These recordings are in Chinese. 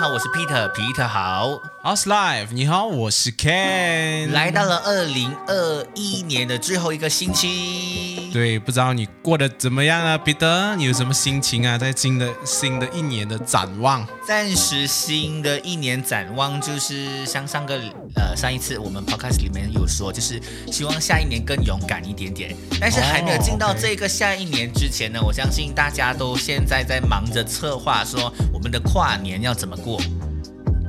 好，我是 Peter，皮特好。 Us Live，你好，我是 Ken。来到了二零二一年的最后一个星期，对，不知道你过得怎么样啊，彼得？你有什么心情啊？在新的新的一年的展望，暂时新的一年展望就是像上个呃上一次我们 podcast 里面有说，就是希望下一年更勇敢一点点。但是还没有进到哦，OK 这个下一年之前呢，我相信大家都现在在忙着策划说我们的跨年要怎么过。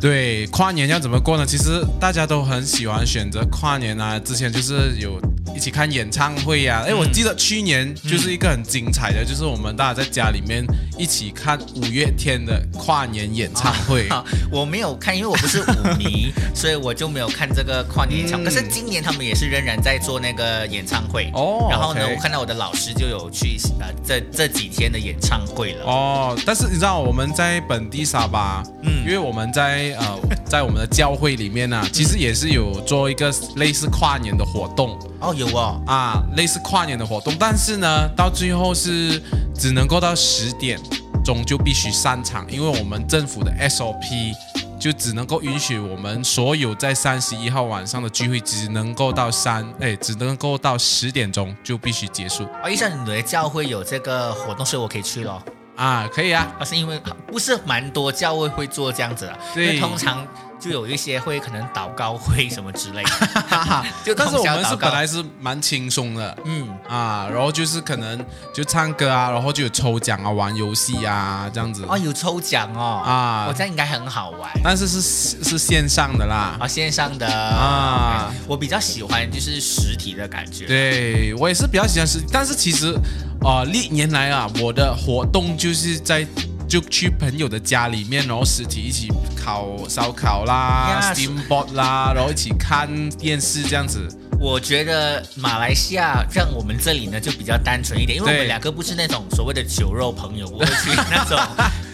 对，跨年要怎么过呢？其实大家都很喜欢选择跨年啊。之前就是有一起看演唱会呀、嗯啊，哎、我记得去年就是一个很精彩的，就是我们大家在家里面一起看五月天的跨年演唱 会。啊，我没有看，因为我不是舞迷，所以我就没有看这个跨年演唱会。嗯可是今年他们也是仍然在做那个演唱会哦然后呢 OK 我看到我的老师就有去呃这这几天的演唱会了。哦，但是你知道我们在本地沙巴，嗯嗯，因为我们在呃 在我们的教会里面呢、啊其实也是有做一个类似跨年的活动哦，有哦，啊，类似跨年的活动，但是呢，到最后是只能够到十点钟就必须散场，因为我们政府的 SOP。就只能够允许我们所有在三十一号晚上的聚会，只能够到三，哎，只能够到十点钟就必须结束哦，医生，你的教会有这个活动，所以我可以去咯。啊，可以啊，而是因为不是蛮多教会会做这样子的，啊因对为通常就有一些会可能祷告会什么之 类的，哈哈。就但是通我宵们祷是告本来是蛮轻松的，嗯，啊，然后就是可能就唱歌啊，然后就有抽奖啊，玩游戏啊这样子。哦，有抽奖哦，啊我这样应该很好玩。但是是是是线上的啦。啊，线上的啊我比较喜欢就是实体的感觉。对我也是比较喜欢是，但是其实，呃，历年来啊，我的活动就是在就去朋友的家里面，然后实体一起烤烧烤啦 Yeah， ，steamboat 啦，然后一起看电视这样子。我觉得马来西亚像我们这里呢就比较单纯一点，因为我对们两个不是那种所谓的酒肉朋友，不会去那 种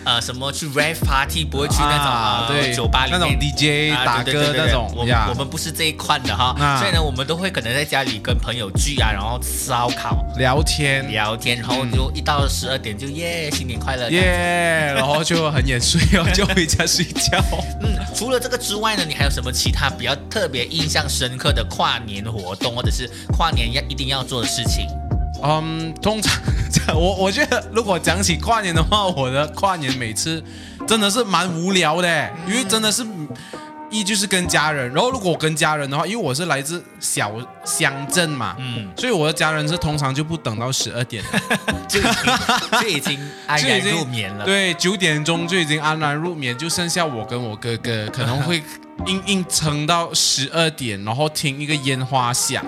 呃什么去 rave party，不会去那种、呃啊对酒吧里那面种 DJ 啊打对对歌对对那种我们呀我们不是这一块的哈，啊所以呢，我们都会可能在家里跟朋友聚啊，然后烧烤。聊天，聊天，然后就一到十二点就耶，新年快乐！这样子耶，然后就很眼睡哦，就回家睡觉。嗯，除了这个之外呢，你还有什么其他比较特别印象深刻的跨年活动，或者是跨年要一定要做的事情？嗯，通常 我我觉得，如果讲起跨年的话，我的跨年每次真的是蛮无聊的，因为真的是一就是跟家人，然后如果我跟家人的话，因为我是来自小乡镇嘛，嗯，所以我的家人是通常就不等到十二点，就 已经就已经安就然已经入眠了。对，九点钟就已经安然入眠，就剩下我跟我哥哥可能会硬硬撑到十二点，然后听一个烟花响，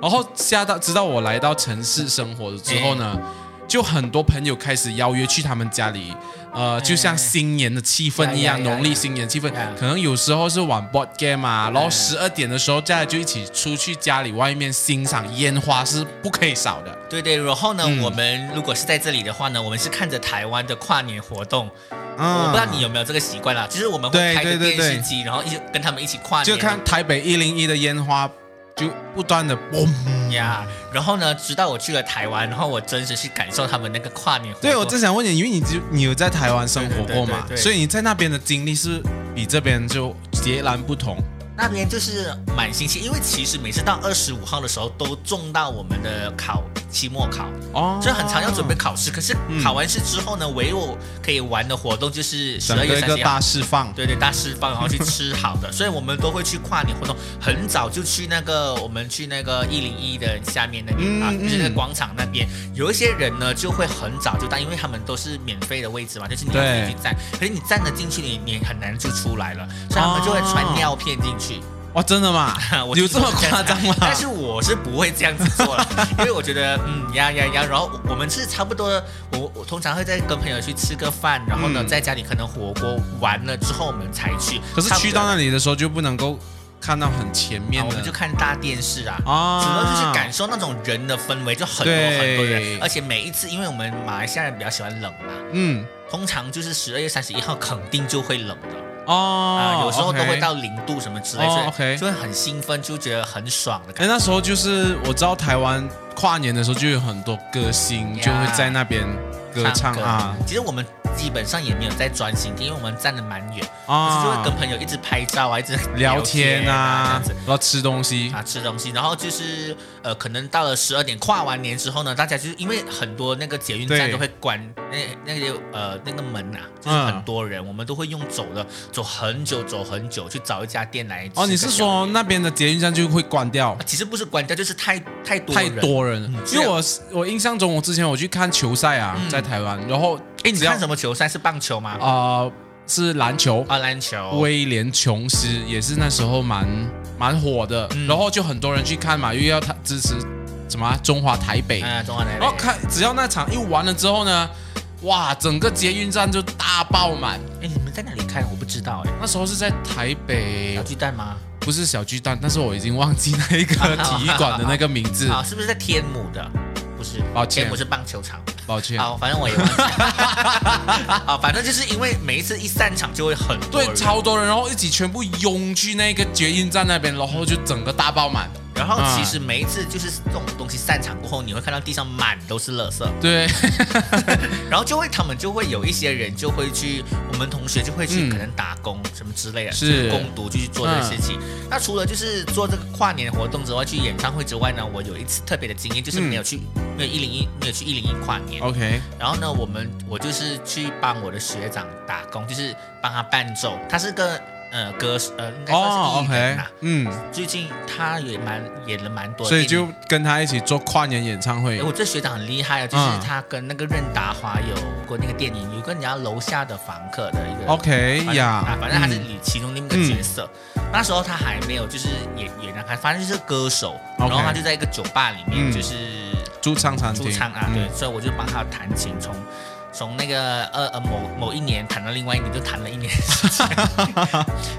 然后下到直到我来到城市生活了之后呢，嗯就很多朋友开始邀约去他们家里，嗯呃，就像新年的气氛一哎样，呀呀呀农历新年气氛呀，可能有时候是玩 board game 啊，嗯然后十二点的时候大家就一起出去家里外面欣赏烟花是不可以少的。对对，然后呢，我们如果是在这里的话呢，我们是看着台湾的跨年活动，我不知道你有没有这个习惯啦，就是我们会对开着对对电视机，然后一直跟他们一起跨年，就看台北一零一的烟花，就不断的嘣。呀。然后呢，直到我去了台湾，然后我真实去感受他们那个跨年活动。对，我正想问你，因为你就你有在台湾生活过对对嘛对对，对所以你在那边的经历是比这边就截然不同。那边就是满星期，因为其实每次到二十五号的时候都中到我们的考期末考，哦嗯所以很常要准备考试。可是考完试之后呢，唯我可以玩的活动就是十整二个月一三个十号大。释放。对对，大释放，然后去吃好的，所以我们都会去跨年活动，很早就去那个，我们去那个一零一的下面那边、嗯啊，就是那个嗯广场那边，有一些人呢就会很早就到，因为他们都是免费的位置嘛，就是你要对自己去站，可是你站了进去，你你很难就出来了，所以他们就会传哦尿片进去。？哇，哦真的吗 我有这么夸张吗？但是我是不会这样子做了，因为我觉得，嗯呀呀呀，然后我们是差不多，我我通常会再跟朋友去吃个饭，然后呢，嗯在家里可能火锅完了之后我们才去。可是差不多去到那里的时候就不能够看到很前啊面我的们就看大电视啊。啊主要就是感受那种人的氛围，就很多对很多人，而且每一次，因为我们马来西亚人比较喜欢冷嘛，嗯通常就是十二月三十一号肯定就会冷的，啊、哦，有时候都会 OK 到零度什么之类，哦所以 OK 就会很兴奋，就觉得很爽的感觉。哎，那时候就是我知道台湾跨年的时候就有很多歌星 Yeah 就会在那边歌唱啊，其实我们基本上也没有在专心听，因为我们站得蛮远，可是就会啊跟，朋友一直拍照啊，一直聊天啊，这样子然后吃东西啊，吃东西，然后就是呃，可能到了十二点跨完年之后呢，大家就是因为很多那个捷运站对都会关那那个呃那个门啊，就是嗯很多人，我们都会用走的，走很久，走很久去找一家店来吃哦，你个是宵夜说那边的捷运站就会关掉啊？其实不是关掉，就是太太多太人。嗯多人了，是啊因为我我印象中，我之前我去看球赛啊，在台湾，然后哎，你只要看什么球赛？是棒球吗？啊是篮球，啊，篮球。威廉琼斯也是那时候蛮蛮火的，嗯然后就很多人去看嘛，又要他支持什么啊中华台北，啊，中华台北。然后哦看只要那场一完了之后呢，哇，整个捷运站就大爆满。哎，你们在哪里看？我不知道哎。那时候是在台北小，巨蛋吗？不是小巨蛋，但是我已经忘记那 一个体育馆的那个名字，啊，是不是在天母的？不是，抱歉天母是棒球场。抱歉。好，反正我也忘记。 啊，反正就是因为每一次一散场就会很多对，人超多人，然后一起全部涌去那个捷运站那边，然后就整个大爆满。然后其实每一次就是这种东西散场过后，你会看到地上满都是垃圾，对， 然后就会他们就会有一些人就会去，我们同学就会去嗯可能打工什么之类的，是嗯攻读就去做这个事情。那除了就是做这个跨年活动之外，去演唱会之外呢，我有一次特别的经验，就是没有去没有一零一没有去一零一跨年， OK，然后呢，我们我就是去帮我的学长打工，就是帮他伴奏。他是个呃歌手，呃，应该哦算是艺人，OK，啦、嗯，最近他也蛮演了蛮多的所电以影，就跟他一起做跨年演唱会诶。我这学长很厉害啊，就是嗯他跟那个任达华有过那个电影，有个人家楼下的房客的一个 OK 反哦呀啊，，反正他是嗯你其中的一个角色。那时候他还没有就是演演啊，他反正就是歌手，然 OK 后他就在一个酒吧里面嗯就是。驻唱餐厅，驻唱啊，嗯对，所以我就帮他弹琴，从从那个呃呃某某一年弹到另外一年，就弹了一年时间，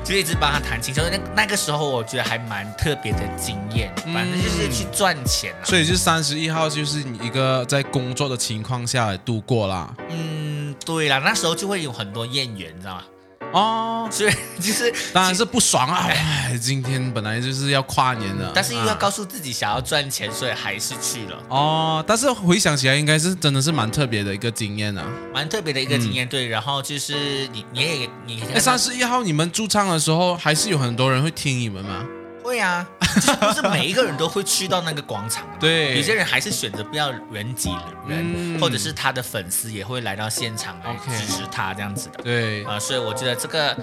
就一直帮他弹琴。所以那那个时候我觉得还蛮特别的经验，反正就是去赚钱啊。嗯所以就三十一号就是你一个在工作的情况下来度过啦。嗯，对啦，那时候就会有很多怨言，你知道吗？ 哦，所以就是，当然是不爽 啊！哎，今天本来就是要跨年的，但是又要啊告诉自己想要赚钱，所以还是去了，哦，但是回想起来，应该是真的是蛮特别的一个经验啊。蛮特别的一个经验。对，然后就是你你也你嗯哎，三十一号你们驻唱的时候，还是有很多人会听你们吗？会啊，就是不是每一个人都会去到那个广场的嘛对有些人还是选择不要人挤人，嗯或者是他的粉丝也会来到现场来 OK 支持他这样子的。对，啊、所以我觉得这个，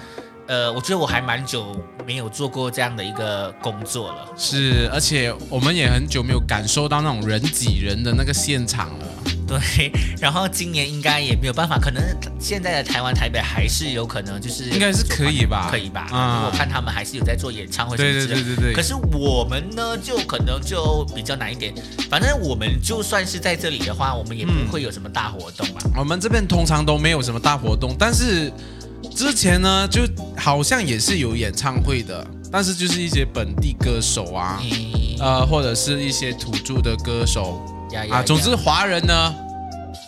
呃，我觉得我还蛮久没有做过这样的一个工作了。 是，而且我们也很久没有感受到那种人挤人的那个现场了。对，然后今年应该也没有办法，可能现在的台湾台北还是有可能就是应该是可以吧可以吧？啊我看他们还是有在做演唱会什么对之类的对对对对可是我们呢，就可能就比较难一点。反正我们就算是在这里的话，我们也嗯不会有什么大活动啊吧？我们这边通常都没有什么大活动，但是之前呢，就好像也是有演唱会的，但是就是一些本地歌手啊，嗯，呃，或者是一些土著的歌手呀哎呀啊，呀总之华人呢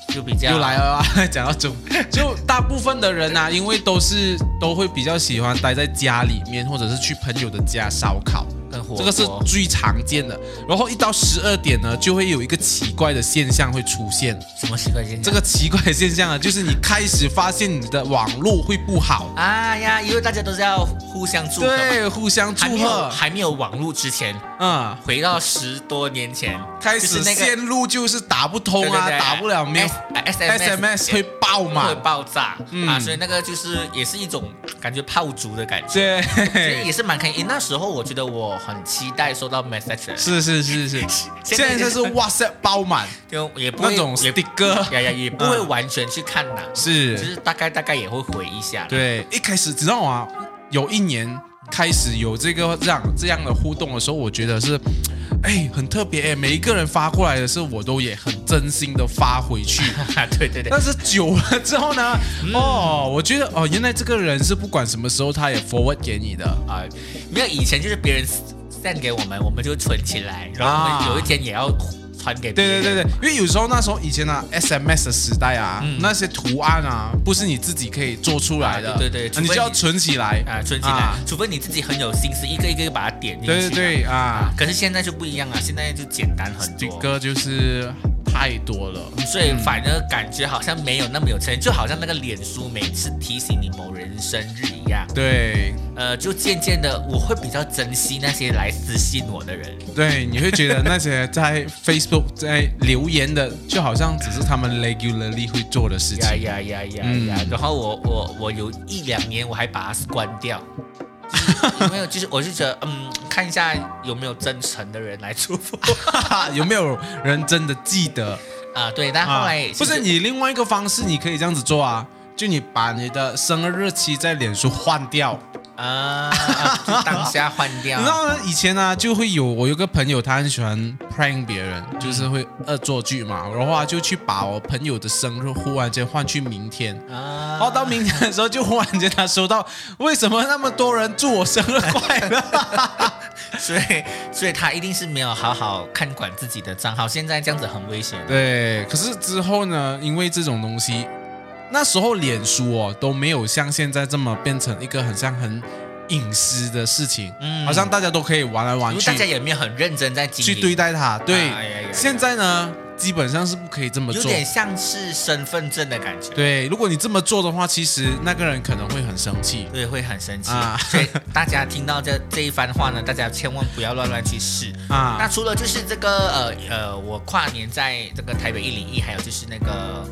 就比较又来了 啊，讲到中， 就大部分的人啊，因为都是都会比较喜欢待在家里面，或者是去朋友的家烧烤。跟火锅这个是最常见的，然后一到十二点呢，就会有一个奇怪的现象会出现。什么习惯现这象？个奇怪的现象啊，就是你开始发现你的网络会不好，啊呀，因为大家都是要互相祝贺嘛，对，互相还祝没有贺，还没有网络之前，嗯，回到十多年前，开就是始那个线路就是打不通对对啊，对打不了没有 S- 呃 SMS SMS 会爆会满，爆炸、嗯啊，所以那个就是也是一种感觉炮竹的感觉， 对，所以也是蛮开心。那时候我觉得我很期待收到 message，是是是是， 现在现在就是 WhatsApp 爆满就也不会那种也 sticker，呀呀也不会完全去看呐、就是是大概大概也会回一下。，对，一开始知道啊，有一年开始有这个这样这样的互动的时候，我觉得是。哎，很特别哎！每一个人发过来的是，我都也很真心的发 回去。 对对对，但是久了之后呢，嗯哦，我觉得哦，原来这个人是不管什么时候他也 forward 给你的。啊、没有以前就是别人 send 给我们，我们就存起来，然后我们啊有一天也要传给别对人。对对对，因为有时候那时候以前啊，SMS 的时代啊，那些图案啊，不是你自己可以做出来的，嗯啊对对对除非你就要你存起来。啊，存起来，啊除非你自己很有心思，一个一个地把它点进去。对对对啊啊，可是现在就不一样了，现在就简单很这多。个就是太多了。所以反而感觉好像没有那么有成就，就好像那个脸书每次提醒你某人生日一样。对呃，就渐渐的，我会比较珍惜那些来私信我的人。对，你会觉得那些在 Facebook 在留言的，就好像只是他们 regularly 会做的事呀情。呀呀呀嗯呀！然后我我我有一两年我还把它关 掉，就是没有，就是我就觉得嗯，看一下有没有真诚的人来祝福 哈，啊有没有人真的记得？啊。对，但后来、啊不是，你另外一个方式，你可以这样子做啊，就你把你的生日日期在脸书换掉。啊，就当下换掉 你知。道呢，以前呢、就会有我有个朋友，他很喜欢 prank 别人，就是会恶作剧嘛，然后啊就去把我朋友的生日忽然间换去明天。啊然后到明天的时候，就忽然间他收到，为什么那么多人祝我生日快乐？所以所以他一定是没有好好看管自己的账号，现在这样子很危险。 对，可是之后呢，因为这种东西，那时候脸书哦都没有像现在这么变成一个很像很隐私的事情，嗯好像大家都可以玩来因玩为去大家也没有很认真在经去营，对待它。对，哎呀呀呀现在呢基本上是不可以这么有做。点像是身份证的感觉。对，如果你这么做的话，其实那个人可能会很生气。对，会很生气。啊所以大家听到这这一番话呢，大家千万不要乱乱去试。啊那除了就是这个呃呃，我跨年在这个台北一零一，还有就是那个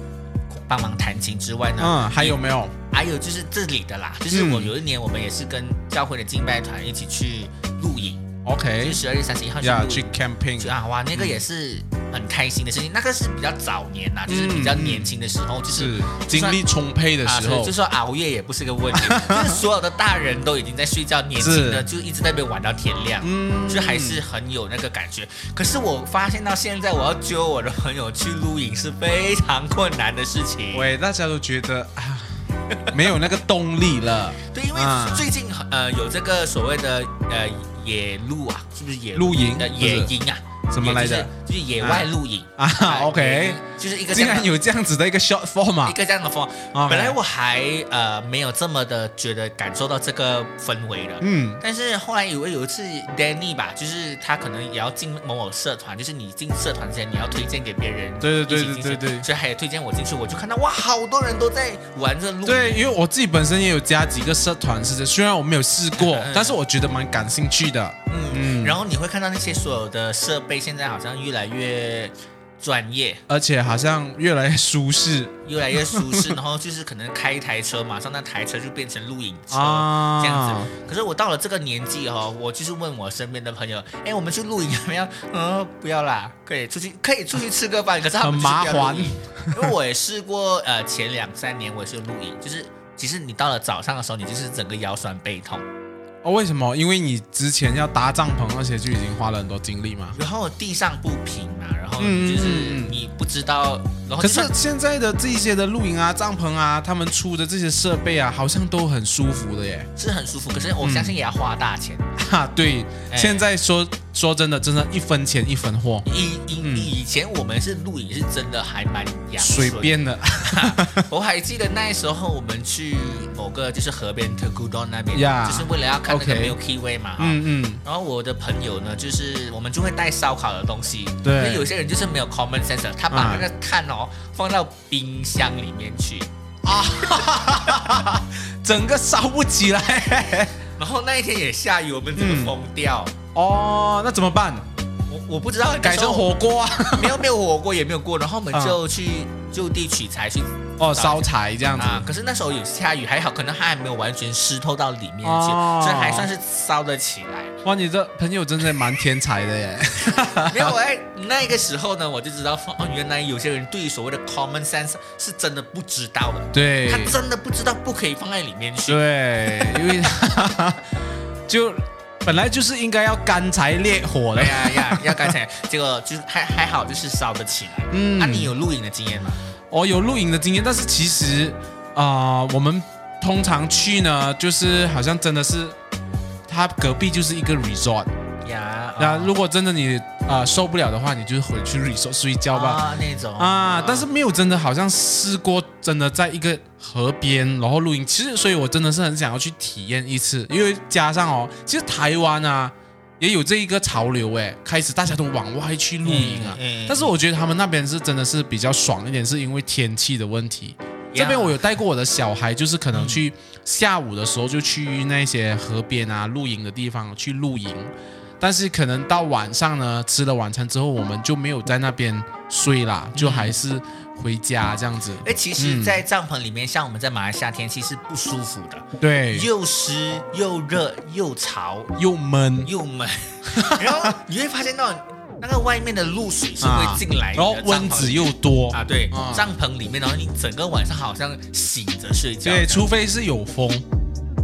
帮忙弹琴之外呢，嗯，还有没有？还有就是这里的啦，就是我嗯有一年我们也是跟教会的敬拜团一起去露营，就 OK，是十二月三十一号去呀，露去营。 camping，啊，哇，那个也是很开心的事情，那个是比较早年啦，就是比较嗯嗯年轻的时候，就是是精力充沛的啊，时所以候就，说熬夜也不是个问 题，就是所有的大人都已经在睡觉，年轻的就一直在那边玩到天亮，嗯就还是很有那个感觉。可是我发现到现在，我要揪我的朋友去露营是非常困难的事情。喂，大家都觉得啊， 没有那个动力了。对，因为啊最近呃有这个所谓的呃野露啊，是不是野露营呃不是野营啊，什么也就是来着？就是野外露营啊，OK 野营哎就是一个这竟样的然有这样子的一个 short form 一啊！个这样的风。 OK 本来我还呃没有这么的觉得感受到这个氛围的，嗯，但是后来有有一次 Danny 吧，就是他可能也要进某某社团，就是你进社团之前你要推荐给别人，对对对一起进对去对对所以他也推荐我进去，我就看到哇，好多人都在玩这路，对，，因为我自己本身也有加几个社团是的，虽然我没有试过嗯，但是我觉得蛮感兴趣的。嗯，然后你会看到那些所有的设备现在好像越来越专业，而且好像越来越舒适越来越舒 适，然后就是可能开一台车，马上那台车就变成露营车。啊，这样子，可是我到了这个年纪哦，我就是问我身边的朋友，哎，我们去露营怎么样？嗯，不要啦，可以出去，可以出去吃个饭，可是他们很麻就是不要露烦营。因为我也试过，呃，前两三年我也是露营，就是其实你到了早上的时候，你就是整个腰酸背痛。哦，为什么？因为你之前要搭帐篷，而且就已经花了很多精力嘛。然后地上不平嘛，然后嗯就是嗯嗯你不知道，然后可就是算哦现在的这些的露营啊、帐篷啊，他们出的这些设备啊，好像都很舒服的耶。是很舒服，可是我相信嗯也要花大钱。哈，对，哎现在说说真的，真的，一分钱一分货，以以、以前我们是露营，是真的还蛮养嗯随哎的便的 我还记得那时候我们去某个就是河边 t e g u d o n 那边 Yeah 就是为了要看那个 OK Milky Way 嘛、嗯。 嗯嗯，然后我的朋友呢，就是我们就会带烧烤的东西，对嗯因为有些人就是没有 common sense，的他把那个炭哦、放到冰箱里面去，整个烧不起来。 然后那一天也下雨，我们整个嗯疯掉。哦，那怎么办？我我不知道改成，火 锅啊？那时候没有没有火锅也没有锅，然后我们啊就去就地取材去哦，烧柴这样子。啊，可是那时候有下雨，还好，可能它还没有完全湿透到里面去，哦所以还算是烧得起来。哇，你这朋友真的蛮天才的耶。 没有，我在那个时候呢，我就知道说，哦，原来有些人对于所谓的 common sense 是真的不知道的，对他真的不知道不可以放在里面去。对，因为 就本来就是应该要干柴烈火的 哎。呀呀，要刚才结果就是还还好，就是烧得起来。嗯那、你有露营的经验吗？我哦有露营的经验，但是其实啊、我们通常去呢，就是好像真的是他隔壁就是一个 resort。呀，那哦如果真的你啊、受不了的话，你就回去 resort 睡觉吧。啊那种啊，但是哦没有真的好像试过，真的在一个河边然后露营。其实，所以我真的是很想要去体验一次，因为加上哦，其实台湾啊，也有这一个潮流哎，开始大家都往外去露营啊。嗯嗯但是我觉得他们那边是真的是比较爽一点，是因为天气的问题。 Yeah 这边我有带过我的小孩，就是可能去下午的时候就去那些河边啊露营的地方去露营，但是可能到晚上呢吃了晚餐之后，我们就没有在那边睡啦，就还是回家这样子。嗯哎，其嗯实，在帐篷里面，像我们在马来西亚天气是不舒服的，对，又湿又热又潮又闷，又 闷，然后你会发现到那个外面的露水是啊会进来你的帐篷里然后面，蚊子又多啊，对啊，帐篷里面，然后你整个晚上好像醒着睡觉，对，除非是有风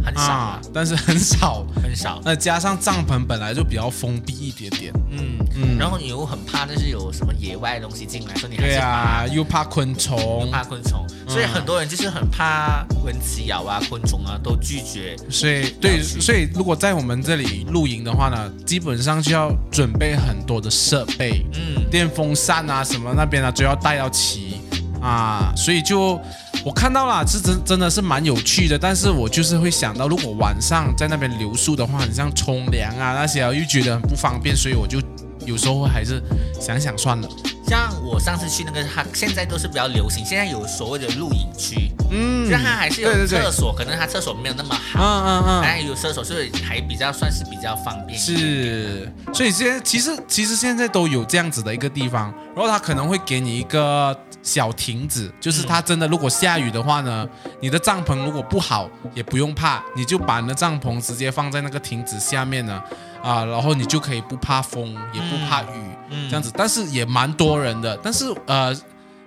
很少啊啊，，但是很少。很少，那加上帐篷本来就比较封闭一点点，嗯嗯嗯，然后你又很怕，就是有什么野外的东西进来，所以你还对是怕啊，又怕昆虫，怕昆虫，所以很多人就是很怕蚊子咬啊、昆虫啊，都拒绝。所以对，了解所以如果在我们这里露营的话呢，基本上就要准备很多的设备，嗯，电风扇啊什么那边呢、都要带到齐啊，所以就我看到啦，是真真的是蛮有趣的，但是我就是会想到，如果晚上在那边留宿的话，很像冲凉啊那些啊，又觉得很不方便，所以我就有时候还是想想算了，像我上次去那个，它现在都是比较流行，现在有所谓的露营区，嗯，但它还是有对对对厕所，可能它厕所没有那么好，嗯嗯嗯，但有厕所，所以还比较算是比较方便。是，所以现在其实其实现在都有这样子的一个地方，然后它可能会给你一个小亭子，就是它真的如果下雨的话呢，你的帐篷如果不好也不用怕，你就把你的帐篷直接放在那个亭子下面呢，啊，然后你就可以不怕风也不怕雨、嗯这样子，但是也蛮多人的，但是呃。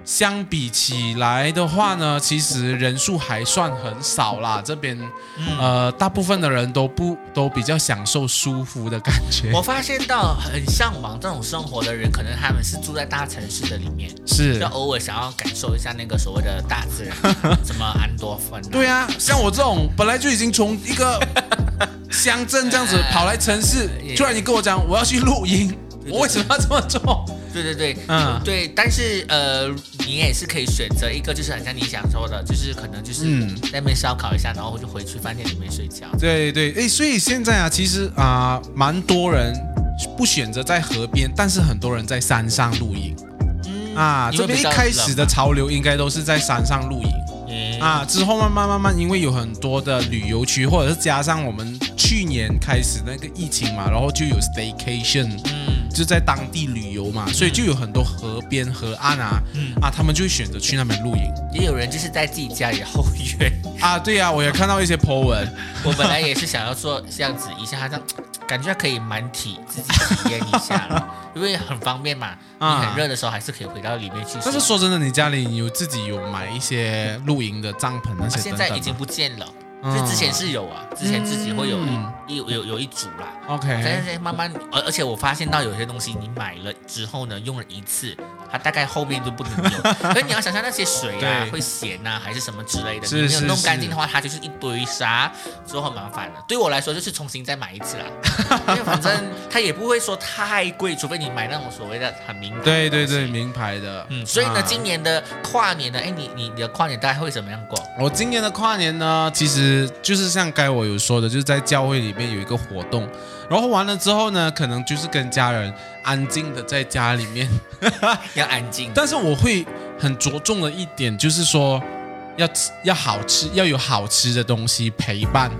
相比起来的话呢，其实人数还算很少啦。这边嗯，呃，大部分的人都不都比较享受舒服的感觉我，发现到很向往这种生活的人，可能他们是住在大城市的里面， 是就，偶尔想要感受一下那个所谓的大自 然，什么安多芬、啊。对啊，像我这种本来就已经从 一个乡镇这样子跑来城市，也突然你跟我讲我要去露营，对我为什么要这么做？对对对，嗯对，但是呃，你也是可以选择一个，就是很像你想说的，就是可能就是嗯在那边烧烤一下，然后就回去饭店里面睡觉。对对，诶，所以现在啊，其实啊、蛮多人不选择在河边，但是很多人在山上露营嗯啊。因为这边比一较开始的冷潮流应该都是在山上露营。嗯啊，之后慢慢慢慢，因为有很多的旅游区，或者是加上我们去年开始那个疫情嘛，然后就有 staycation，嗯就在当地旅游嘛，所以就有很多河边、河岸啊，嗯，啊，他们就会选择去那边露营也有人就是在自己家里后院。啊。对啊，我也看到一些 po 文，我本来也是想要做这样子一下，这样感觉可以蛮体自己体验一下 了，因为很方便嘛。你啊很热的时候还是可以回到里面去睡。但是说真的，你家里有自己有买一些露营的帐篷那啊些现等在等已吗经不见了，嗯就之前是有啊，之前自己会有一嗯一有有一组啦。但是 OK，现在慢慢，而而且我发现到有些东西你买了之后呢，用了一次，它大概后面就不能用。 可是你要想象那些水啊对会咸呐、还是什么之类的，是你没有是弄干是净的话，它就是一堆沙，之后很麻烦了。对我来说就是重新再买一次啦， 因为反正它也不会说太贵，除非你买那种所谓的很名牌。对对对，。名牌的，嗯，所以呢，啊今年的跨年呢，哎，你你你的跨年大概会怎么样过？我今年的跨年呢，其实就是像该我有说的，就是在教会里面有一个活动，然后完了之后呢，可能就是跟家人安静的在家里 面，要安静。但是我会很着重的一点就是说，要吃要好吃，要有好吃的东西陪伴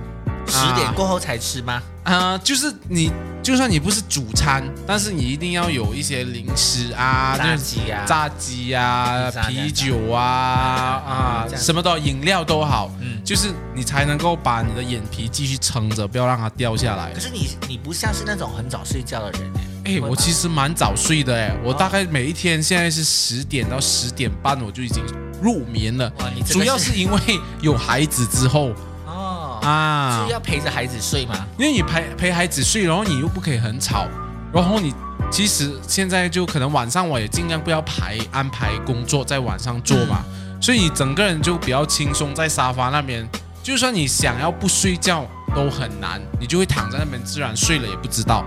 十点过后才吃吗？啊、就是你就算你不是主餐，但是你一定要有一些零食啊，炸就是鸡啊，炸鸡啊披萨、啤酒啊啊这，样什么都饮料都好，嗯就是你才能够把你的眼皮继续撑着，不要让它掉下来可。是你你不像是那种很早睡觉的人哎、哎，我其实蛮早睡的哎，我大概每一天现在是十点到十点半我就已经入眠了哦哇你，真的是主要是因为有孩子之后哦，啊是，要陪着孩子睡吗？因为你陪陪孩子睡，然后你又不可以很吵，然后你其实现在就可能晚上我也尽量不要排安排工作在晚上做嘛，所以你整个人就比较轻松在沙发那边，就算你想要不睡觉都很难，你就会躺在那边自然睡了也不知道。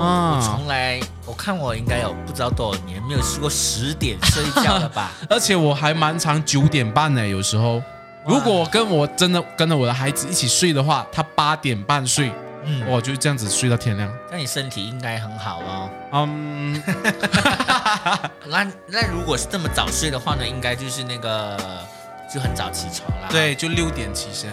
我从来我看我应该有不知道多少年没有吃过十点睡觉了 吧？而且我还蛮长九点半呢，有时候。如果我跟我真的跟着我的孩子一起睡的话，他八点半睡，嗯我就这样子睡到天亮。那你身体应该很好哦。嗯，那那如果是这么早睡的话呢，应该就是那个就很早起床啦。对，就六点起身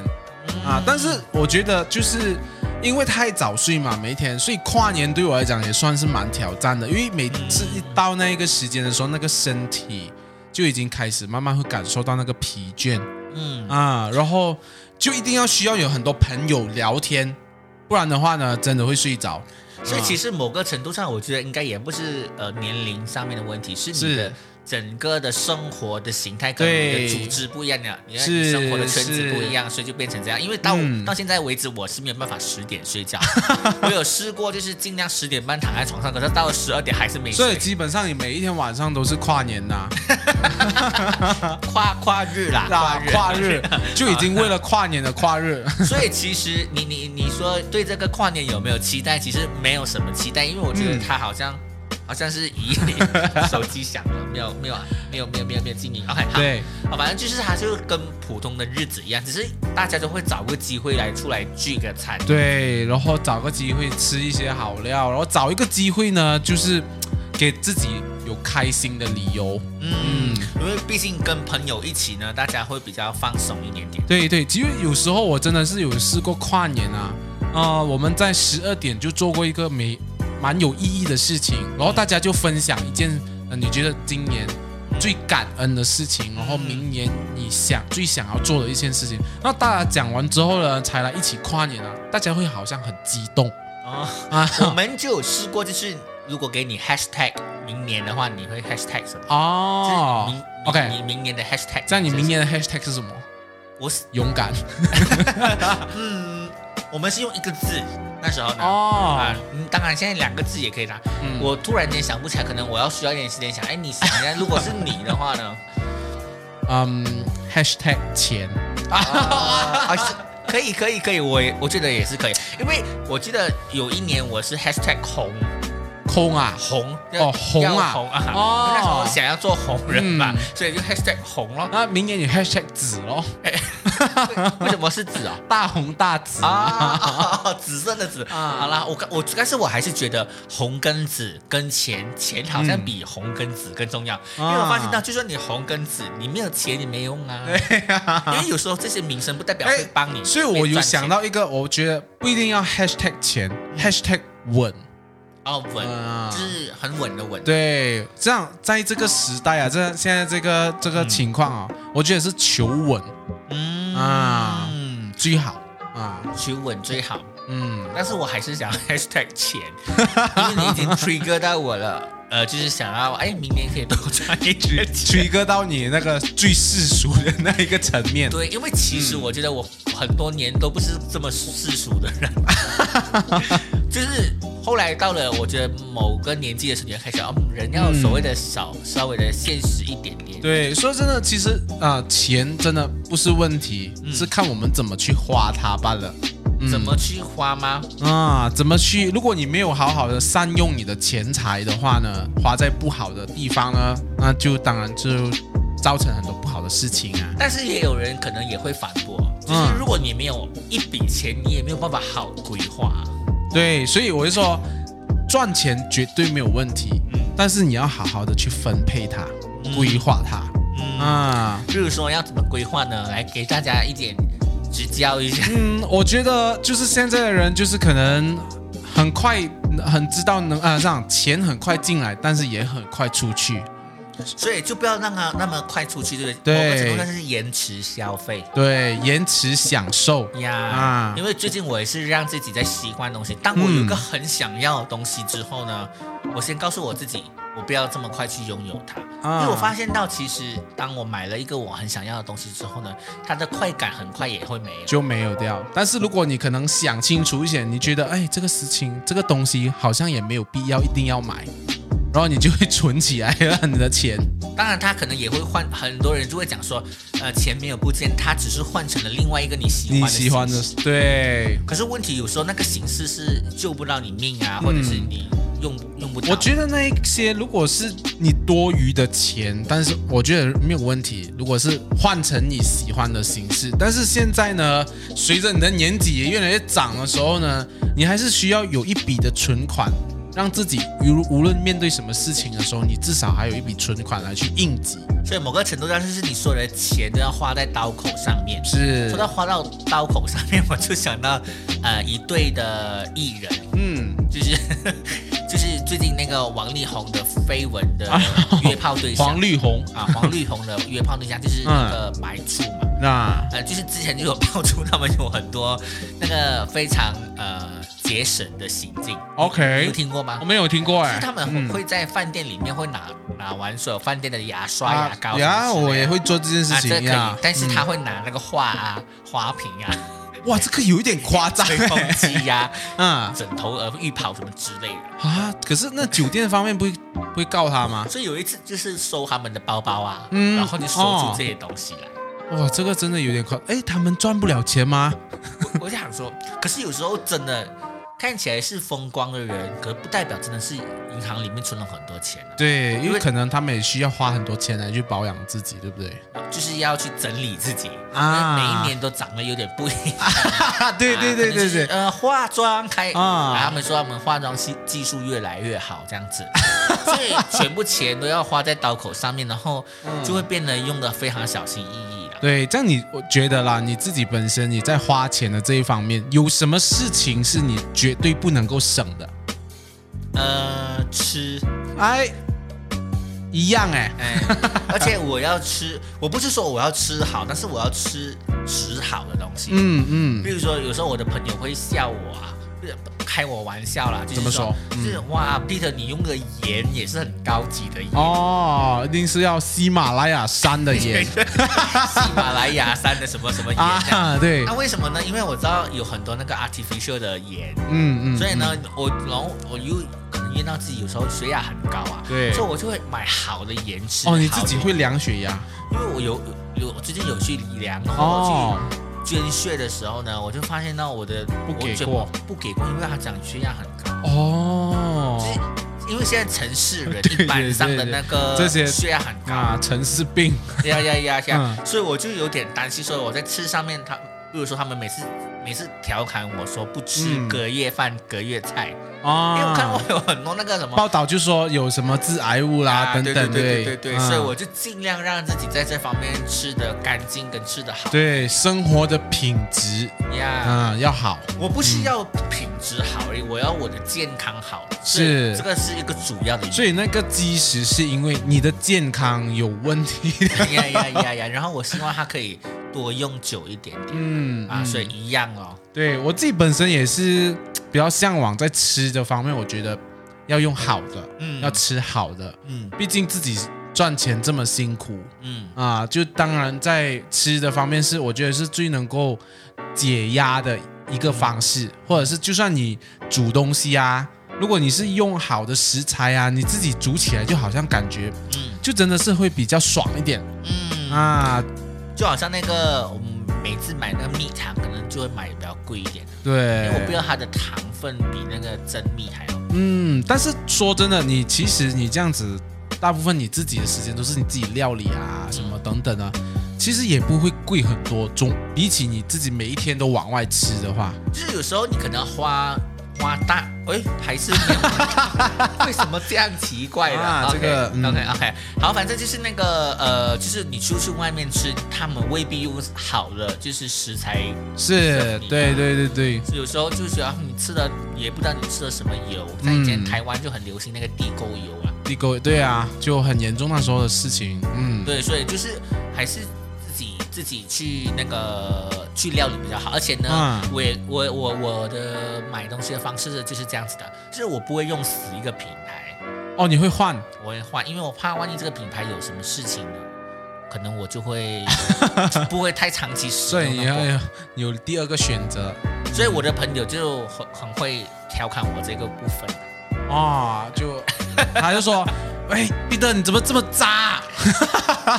嗯啊。但是我觉得就是因为太早睡嘛，每一天，所以跨年对我来讲也算是蛮挑战的，因为每次一到那个时间的时候，那个身体就已经开始慢慢会感受到那个疲倦嗯，啊，然后就一定要需要有很多朋友聊天，不然的话呢，真的会睡着。所以啊其实某个程度上，我觉得应该也不是呃年龄上面的问题，是你的是整个的生活的形态跟你的对组织不一样了，你的是生活的圈子是不一样，所以就变成这样。因为到、嗯到现在为止，我是没有办法十点睡 觉，我有试过就是尽量十点半躺在床上，可是到了十二点还是没所以睡。基本上你每一天晚上都是跨年呐、 跨跨日啦，跨啊日，跨日就已经为了跨年的跨日。所以其实你你你说对这个跨年有没有期待？其实没有什么期待，因为我觉得嗯它好像、好像是以手机响了，没有没有没有没有没有没有静音。OK，好，对，好，反正就是它就跟普通的日子一样，只是大家都会找个机会来出来聚个餐。对，然后找个机会吃一些好料，然后找一个机会呢，就是给自己有开心的理由。嗯，因为毕竟跟朋友一起呢，大家会比较放松一点点。对对，其实有时候我真的是有试过跨年啊，啊、我们在十二点就做过一个没蛮有意义的事情，然后大家就分享一件，呃，你觉得今年最感恩的事情，然后明年你想最想要做的一件事情，那大家讲完之后呢，才来一起跨年啊，大家会好像很激动哦，啊我们就有试过，就是如果给你 hashtag 明年的话，你会 hashtag 什么？就是哦明你，OK，你明年的 hashtag，这样你明就是年的 hashtag 是什么？我是勇敢嗯，我们是用一个字，那时候呢。哦啊，嗯当然，现在两个字也可以啦。嗯我突然间想不起来，可能我要需要一点时间想。哎，你想一下，如果是你的话 呢？嗯，hashtag 钱啊，啊是可以，可以，可以，我也我觉得也是可以，因为我记得有一年我是 hashtag 红空啊，红哦红啊要红啊，哦因为那时候想要做红人嘛，嗯所以就 hashtag 红咯。那明年你 hashtag 紫咯，为什么是紫啊？大红大紫啊，紫色的紫。啊好啦，我刚我但是我还是觉得红跟紫跟钱钱好像比红跟紫更重要，因为我发现到，就算你红跟紫，你没有钱也没用啊。对呀，因为有时候这些名声不代表哎会帮你，所以我有想到一个，我觉得不一定要 hashtag 钱，hashtag 嗯稳。哦稳，啊就是很稳的稳。对，这样在这个时代啊，这现在这个这个情况啊，我觉得是求稳嗯啊嗯，最好啊。求稳最好， 嗯，但是我还是想 hashtag 钱，因为你已经 trigger 到我了。呃，就是想要哎，明年可以多赚一点钱。曲哥到你那个最世俗的那一个层面。对，因为其嗯实我觉得我很多年都不是这么世俗的 人，就是后来到了我觉得某个年纪的时候，你会开始哦，人要所谓的少，稍微的现实一点点。嗯对，说真的，其实啊、钱真的不是问题，嗯是看我们怎么去花它罢了。嗯怎么去花吗？啊，怎么去？如果你没有好好的善用你的钱财的话呢，花在不好的地方呢，那就当然就造成很多不好的事情啊。但是也有人可能也会反驳，就是嗯如果你没有一笔钱，你也没有办法好规划。对，所以我就说，赚钱绝对没有问题，嗯但是你要好好的去分配它嗯，规划它、嗯，啊。比如说要怎么规划呢？来给大家一点指教一下。 嗯，我觉得就是现在的人，就是可能很快很知道能啊，让钱很快进来，但是也很快出去。所以就不要让它那么快出去，对不对？对某个程度上是延迟消费。对，延迟享受。呀、啊因为最近我也是让自己在习惯东西。当我有一个很想要的东西之后呢，我先告诉我自己，我不要这么快去拥有它，啊因为我发现到其实当我买了一个我很想要的东西之后呢，它的快感很快也会没了。就没有掉。但是如果你可能想清楚一些，你觉得哎，这个事情这个东西好像也没有必要一定要买，然后你就会存起来了你的钱。当然，他可能也会换，很多人就会讲说，呃，钱没有不见，他只是换成了另外一个你喜欢你的喜 欢形的式。对，可是问题有时候那个形式是救不到你命啊，或者是你用不用不到。嗯我觉得那一些如果是你多余的钱，但是我觉得没有问题。如果是换成你喜欢的形式，但是现在呢，随着你的年纪也越来越长的时候呢，你还是需要有一笔的存款，让自己无无论面对什么事情的时候，你至少还有一笔存款来去应急。所以某个程度上，就是你所有的钱都要花在刀口上面。是说，到花到刀口上面，我就想到呃一对的艺人，嗯，就是 就是最近那个王力宏的绯闻啊的约炮对 象黄绿红，啊，黄力宏的约炮对象就是嗯那个白醋嘛。那呃，就是之前就有爆出他们有很多那个非常呃节省的行径，你有 OK，听过吗我？没有听过就是哎，他们会在饭店里面会拿拿完所有饭店的牙刷、牙膏什么之类的。啊呀，我也会做这件事啊，这个情可呀嗯以，。但是他会拿那个画啊、花瓶啊、哇，这个有一点夸 张吹风哎，机呀、嗯。枕头呃、浴袍什么之类的。啊，可是那酒店方面不会不会告他吗？所以有一次就是收他们的包包啊，嗯然后就收哦出这些东西来。哇，这个真的有点夸，哎，他们赚不了钱吗？我我就想说，可是有时候真的看起来是风光的人，可不代表真的是银行里面存了很多钱啊、对，因因为为可能他们也需要花很多钱来去保养自己，对不对？就是要去整理自己啊因为每一年都长得有点不一样。 啊，对对对可能就对是对，呃，化妆开啊啊，他们说他们化妆技技术越来越好，这样 子，所以全部钱都要花在刀口上面，然后就会变得用的非常小心翼翼了。嗯对，这样你我觉得啦，你自己本身你在花钱的这一方面，有什么事情是你绝对不能够省的？呃，吃，哎，一样哎， 哎，而且我要吃，我不是说我要吃好，但是我要吃吃好的东西。嗯嗯，比如说，有时候我的朋友会笑我啊，就是开我玩笑啦，就是怎么说嗯就是哇，Peter，你用的盐也是很高级的盐，哦，一定是要喜马拉雅山的 盐喜马拉雅山的什么什么盐这样子啊，对那、，为什么呢？因为我知道有很多那个 artificial 的盐，嗯嗯，所以呢，我然后我又可能验到自己有时候血压很高啊，对所以我就会买好的盐吃。哦，你好自的己会量血压因为我有有我最近有去理量，然后哦。我去捐血的时候呢，我就发现到我的不给我捐过不给过，因为他讲血压很高。哦，因为现在城市人 对一般上的那个对对对这些血压很高，啊，城市病，呀呀呀呀，嗯所以我就有点担心，说我在吃上面，他比如说他们每次每次调侃我说不吃嗯隔夜饭、隔夜菜，啊，因为我看过有很多那个什么报道就说有什么致癌物啦、啊啊等对等，对对对对对对，嗯所以我就尽量让自己在这方面吃的干净跟吃的好对生活的品质呀。啊、要好，我不是要品质好而已，我要我的健康好，嗯是这这个是一个主要的原因。所以那个基石是因为你的健康有问题，呀呀呀呀！然后我希望它可以多用久一点点嗯啊，嗯所以一样哦。对我自己本身也是比较向往在吃的方面，我觉得要用好的，嗯要吃好的，嗯毕竟自己赚钱这么辛苦，嗯，啊，就当然在吃的方面是我觉得是最能够解压的一个方式，或者是就算你煮东西啊，如果你是用好的食材啊，你自己煮起来就好像感觉嗯就真的是会比较爽一点嗯啊。就好像那个我们每次买那个蜜糖，可能就会买比较贵一点，因为我不对，要它的糖分比那个真蜜还要高。嗯，但是说真的，你其实你这样子，大部分你自己的时间都是你自己料理啊什么等等啊，其实也不会贵很多，总比起你自己每一天都往外吃的话，就是有时候你可能花花大，哎，还是没有，为什么这样奇怪的？啊这个 OK OK OK，好，反正就是那个呃，就是你出去外面吃，他们未必用好的就是食材，是对对对对。有时候就是啊，你吃的也不知道你吃了什么油，在以前嗯台湾就很流行那个地沟油啊，地沟对啊，就很严重那时候的事情。嗯，对，所以就是还是自己自己去那个去料理比较好。而且呢，嗯我也我我我的买东西的方式就是这样子的，就是我不会用死一个品牌，哦，你会换我会换，因为我怕万一这个品牌有什么事情呢，可能我就会 不会太长期使所 用以你啊那要个。有有第二个选择所以我 的朋友就很很会调侃我这个部分。啊、就他就说：“ 喂，彼得，你怎么这么渣、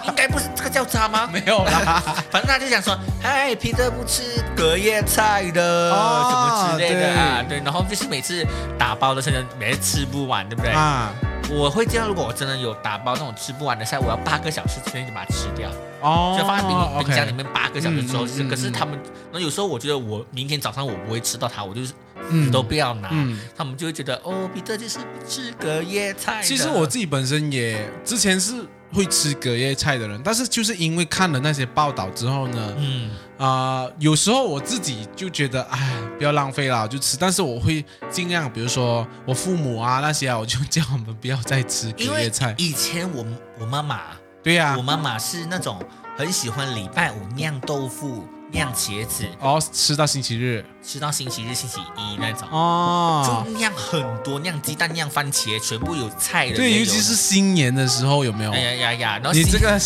应该不是这个叫渣吗？没有啦，反正他就讲说，嗨，皮特不吃隔夜菜的，哦什么之类的啊，对，然后就是每次打包的时候，每次吃不完，对不对？啊，我会这样，如果我真的有打包那种吃不完的菜，我要八个小时之内就把它吃掉，哦，就放在冰冰箱里 OK，面八个小时之后吃。嗯嗯嗯可是他们，那有时候我觉得我明天早上我不会吃到它，我就是嗯都不要拿，嗯他们就会觉得哦，彼特就是不吃隔夜菜的。其实我自己本身也之前是会吃隔夜菜的人，但是就是因为看了那些报道之后呢，嗯，啊、有时候我自己就觉得，哎，不要浪费啦，就吃。但是我会尽量，比如说我父母啊那些啊，我就叫我们不要再吃因隔夜为菜。以前我我妈妈。对呀、我妈妈是那种很喜欢礼拜五酿豆腐、酿茄子，哦，吃到星期日吃到星期日、星期一那种，哦就，酿很多，酿鸡蛋、酿番茄，全部有菜的。也对，有尤其是新年的时候有没有哎？呀呀呀，然后哦你星这个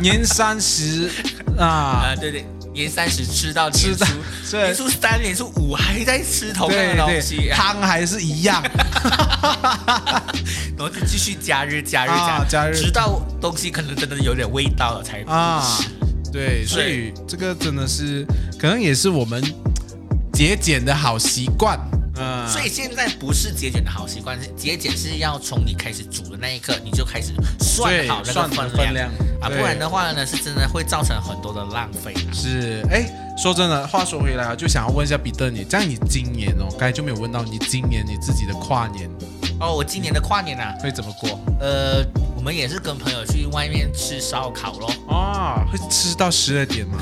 年三十 啊，啊，对对，年三十吃到吃年到初，这年初三、年初五还在吃同样对的东对西，啊汤还是一样，然后就继续加热、加热、啊加加热直到东西可能真的有点味道了才不啊吃。，对，所以这个真的是可能也是我们节俭的好习惯，嗯，所以现在不是节俭的好习惯，是节俭是要从你开始煮的那一刻，你就开始算对好那个算分量分量啊，对不然的话呢，是真的会造成很多的浪费啊。是哎，说真的，话说回来啊，就想要问一下彼得你，这样你今年哦，刚才就没有问到你今年你自己的跨年哦，我今年的跨年啊，会怎么过呃，我们也是跟朋友去外面吃烧烤咯。哦，会吃到十二点吗？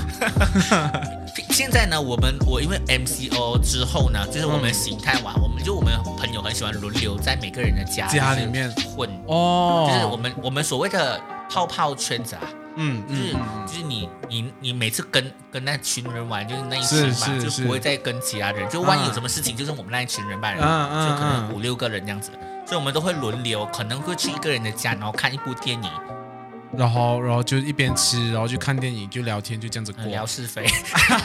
现在呢，我们我因为 MCO 之后呢，就是我们醒太啊晚，我们就我们朋友很喜欢轮流在每个人的家家就是里面混， 哦，就是我们我们所谓的泡泡圈子啊。嗯就是嗯嗯就是你你你每次跟跟那群人玩，就是那一群是嘛，是是就不会再跟其他人。就万一嗯有什么事情，就是我们那一群人吧，嗯嗯就可能嗯五六个人这样子。所以我们都会轮流，可能会去一个人的家，然后看一部电影，然后然后就一边吃，然后就看电影，就聊天，就这样子过呃。聊是 非。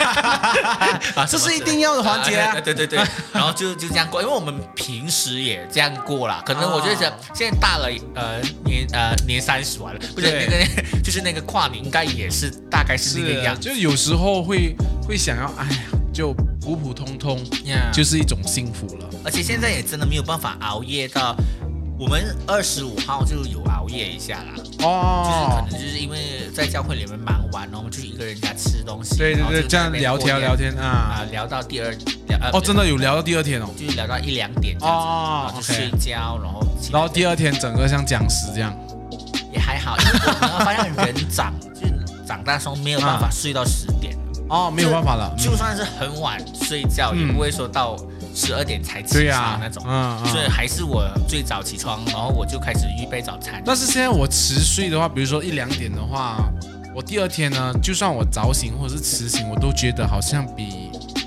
啊，这什么是一之定要的环节啊啊对对对 对，然后就就这样过，因为我们平时也这样过啦。可能我觉啊得现在大了，呃，年呃年三十完了，不是对那个就是那个跨年，应该也是大概是那个样子。就有时候会会想要，哎呀，就普普通通， Yeah 就是一种幸福了。而且现在也真的没有办法熬夜到，我们二十五号就有熬夜一下啦，就是可哦能，就是因为在教会里面忙完，然后我们就一个人家吃东西，对对然后对，就这样在那边聊过天夜聊天啊、啊，聊到第二聊呃哦，真的有聊到第二天哦，就是聊到一两点这样子，然哦后就睡，OK，觉，然后起来然后第二天整个像讲师这样，也还好，因为我们发现人长就是长大时候没有办法睡到十点。哦，没有办法了，就算是很晚睡觉，嗯也不会说到十二点才对起呀床那种，。嗯所以嗯。还是我最早起床，然后我就开始预备早餐。但是现在我迟睡的话，比如说一两点的话，我第二天呢，就算我早醒或者是迟醒，我都觉得好像比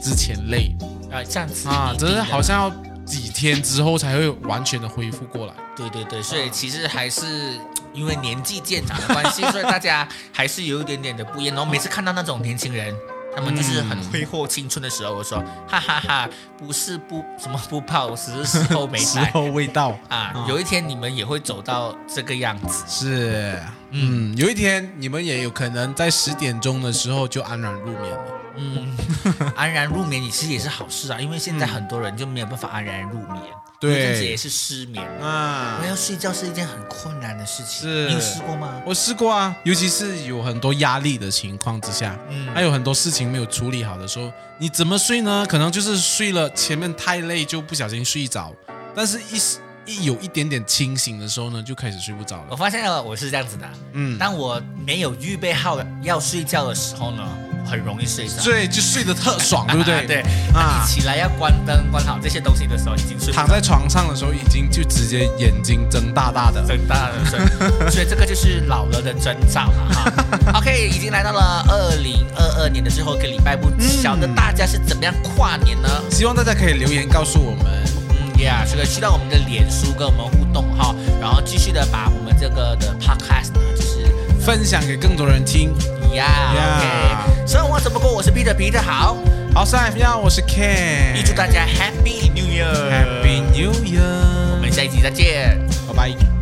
之前累。啊，这样子啊，一定真是的好像要几天之后才会完全的恢复过来。对对对，所以其啊实还是因为年纪渐长的关系，所以大家还是有一点点的不一样。然后每次看到那种年轻人。他们就是很挥霍青春的时候，我说哈哈哈，不是不什么不泡，只是时候没来候未到啊。有一天你们也会走到这个样子，是，嗯，有一天你们也有可能在十点钟的时候就安然入眠了。嗯，安然入眠其实也是好事啊，因为现在很多人就没有办法安然入眠，嗯对有一阵子也是失眠，啊我，要睡觉是一件很困难的事情。是你有试过吗？我试过啊，尤其是有很多压力的情况之下，嗯还有很多事情没有处理好的时候，你怎么睡呢？可能就是睡了前面太累就不小心睡着，但是一一有一点点清醒的时候呢，就开始睡不着我了。发现了，我是这样子的。嗯，当我没有预备好要睡觉的时候呢，我很容易睡着。对，就睡得特爽，对不 对？对，啊啊，你起来要关灯、关好这些东西的时候，已经睡躺在床上的时候，已经就直接眼睛睁大大的。睁大了睡，所以这 个就是老了的征兆嘛 哈。OK，已经来到了二零二二年的最后一个礼拜，不晓得大家是怎么样跨年呢？希望大家可以留言告诉我们。嗯，Yeah，这个去到我们的脸书跟我们互动哈，然后继续的把我们这个的 Podcast 呢，就是分享给更多人听。 Yeah，OK，、生活怎么过？我是 Peter 皮特好，好，三 F 幺，我是 Ken，预祝大家 Happy New Year， Happy New 我 Year，们下一集再见。拜拜。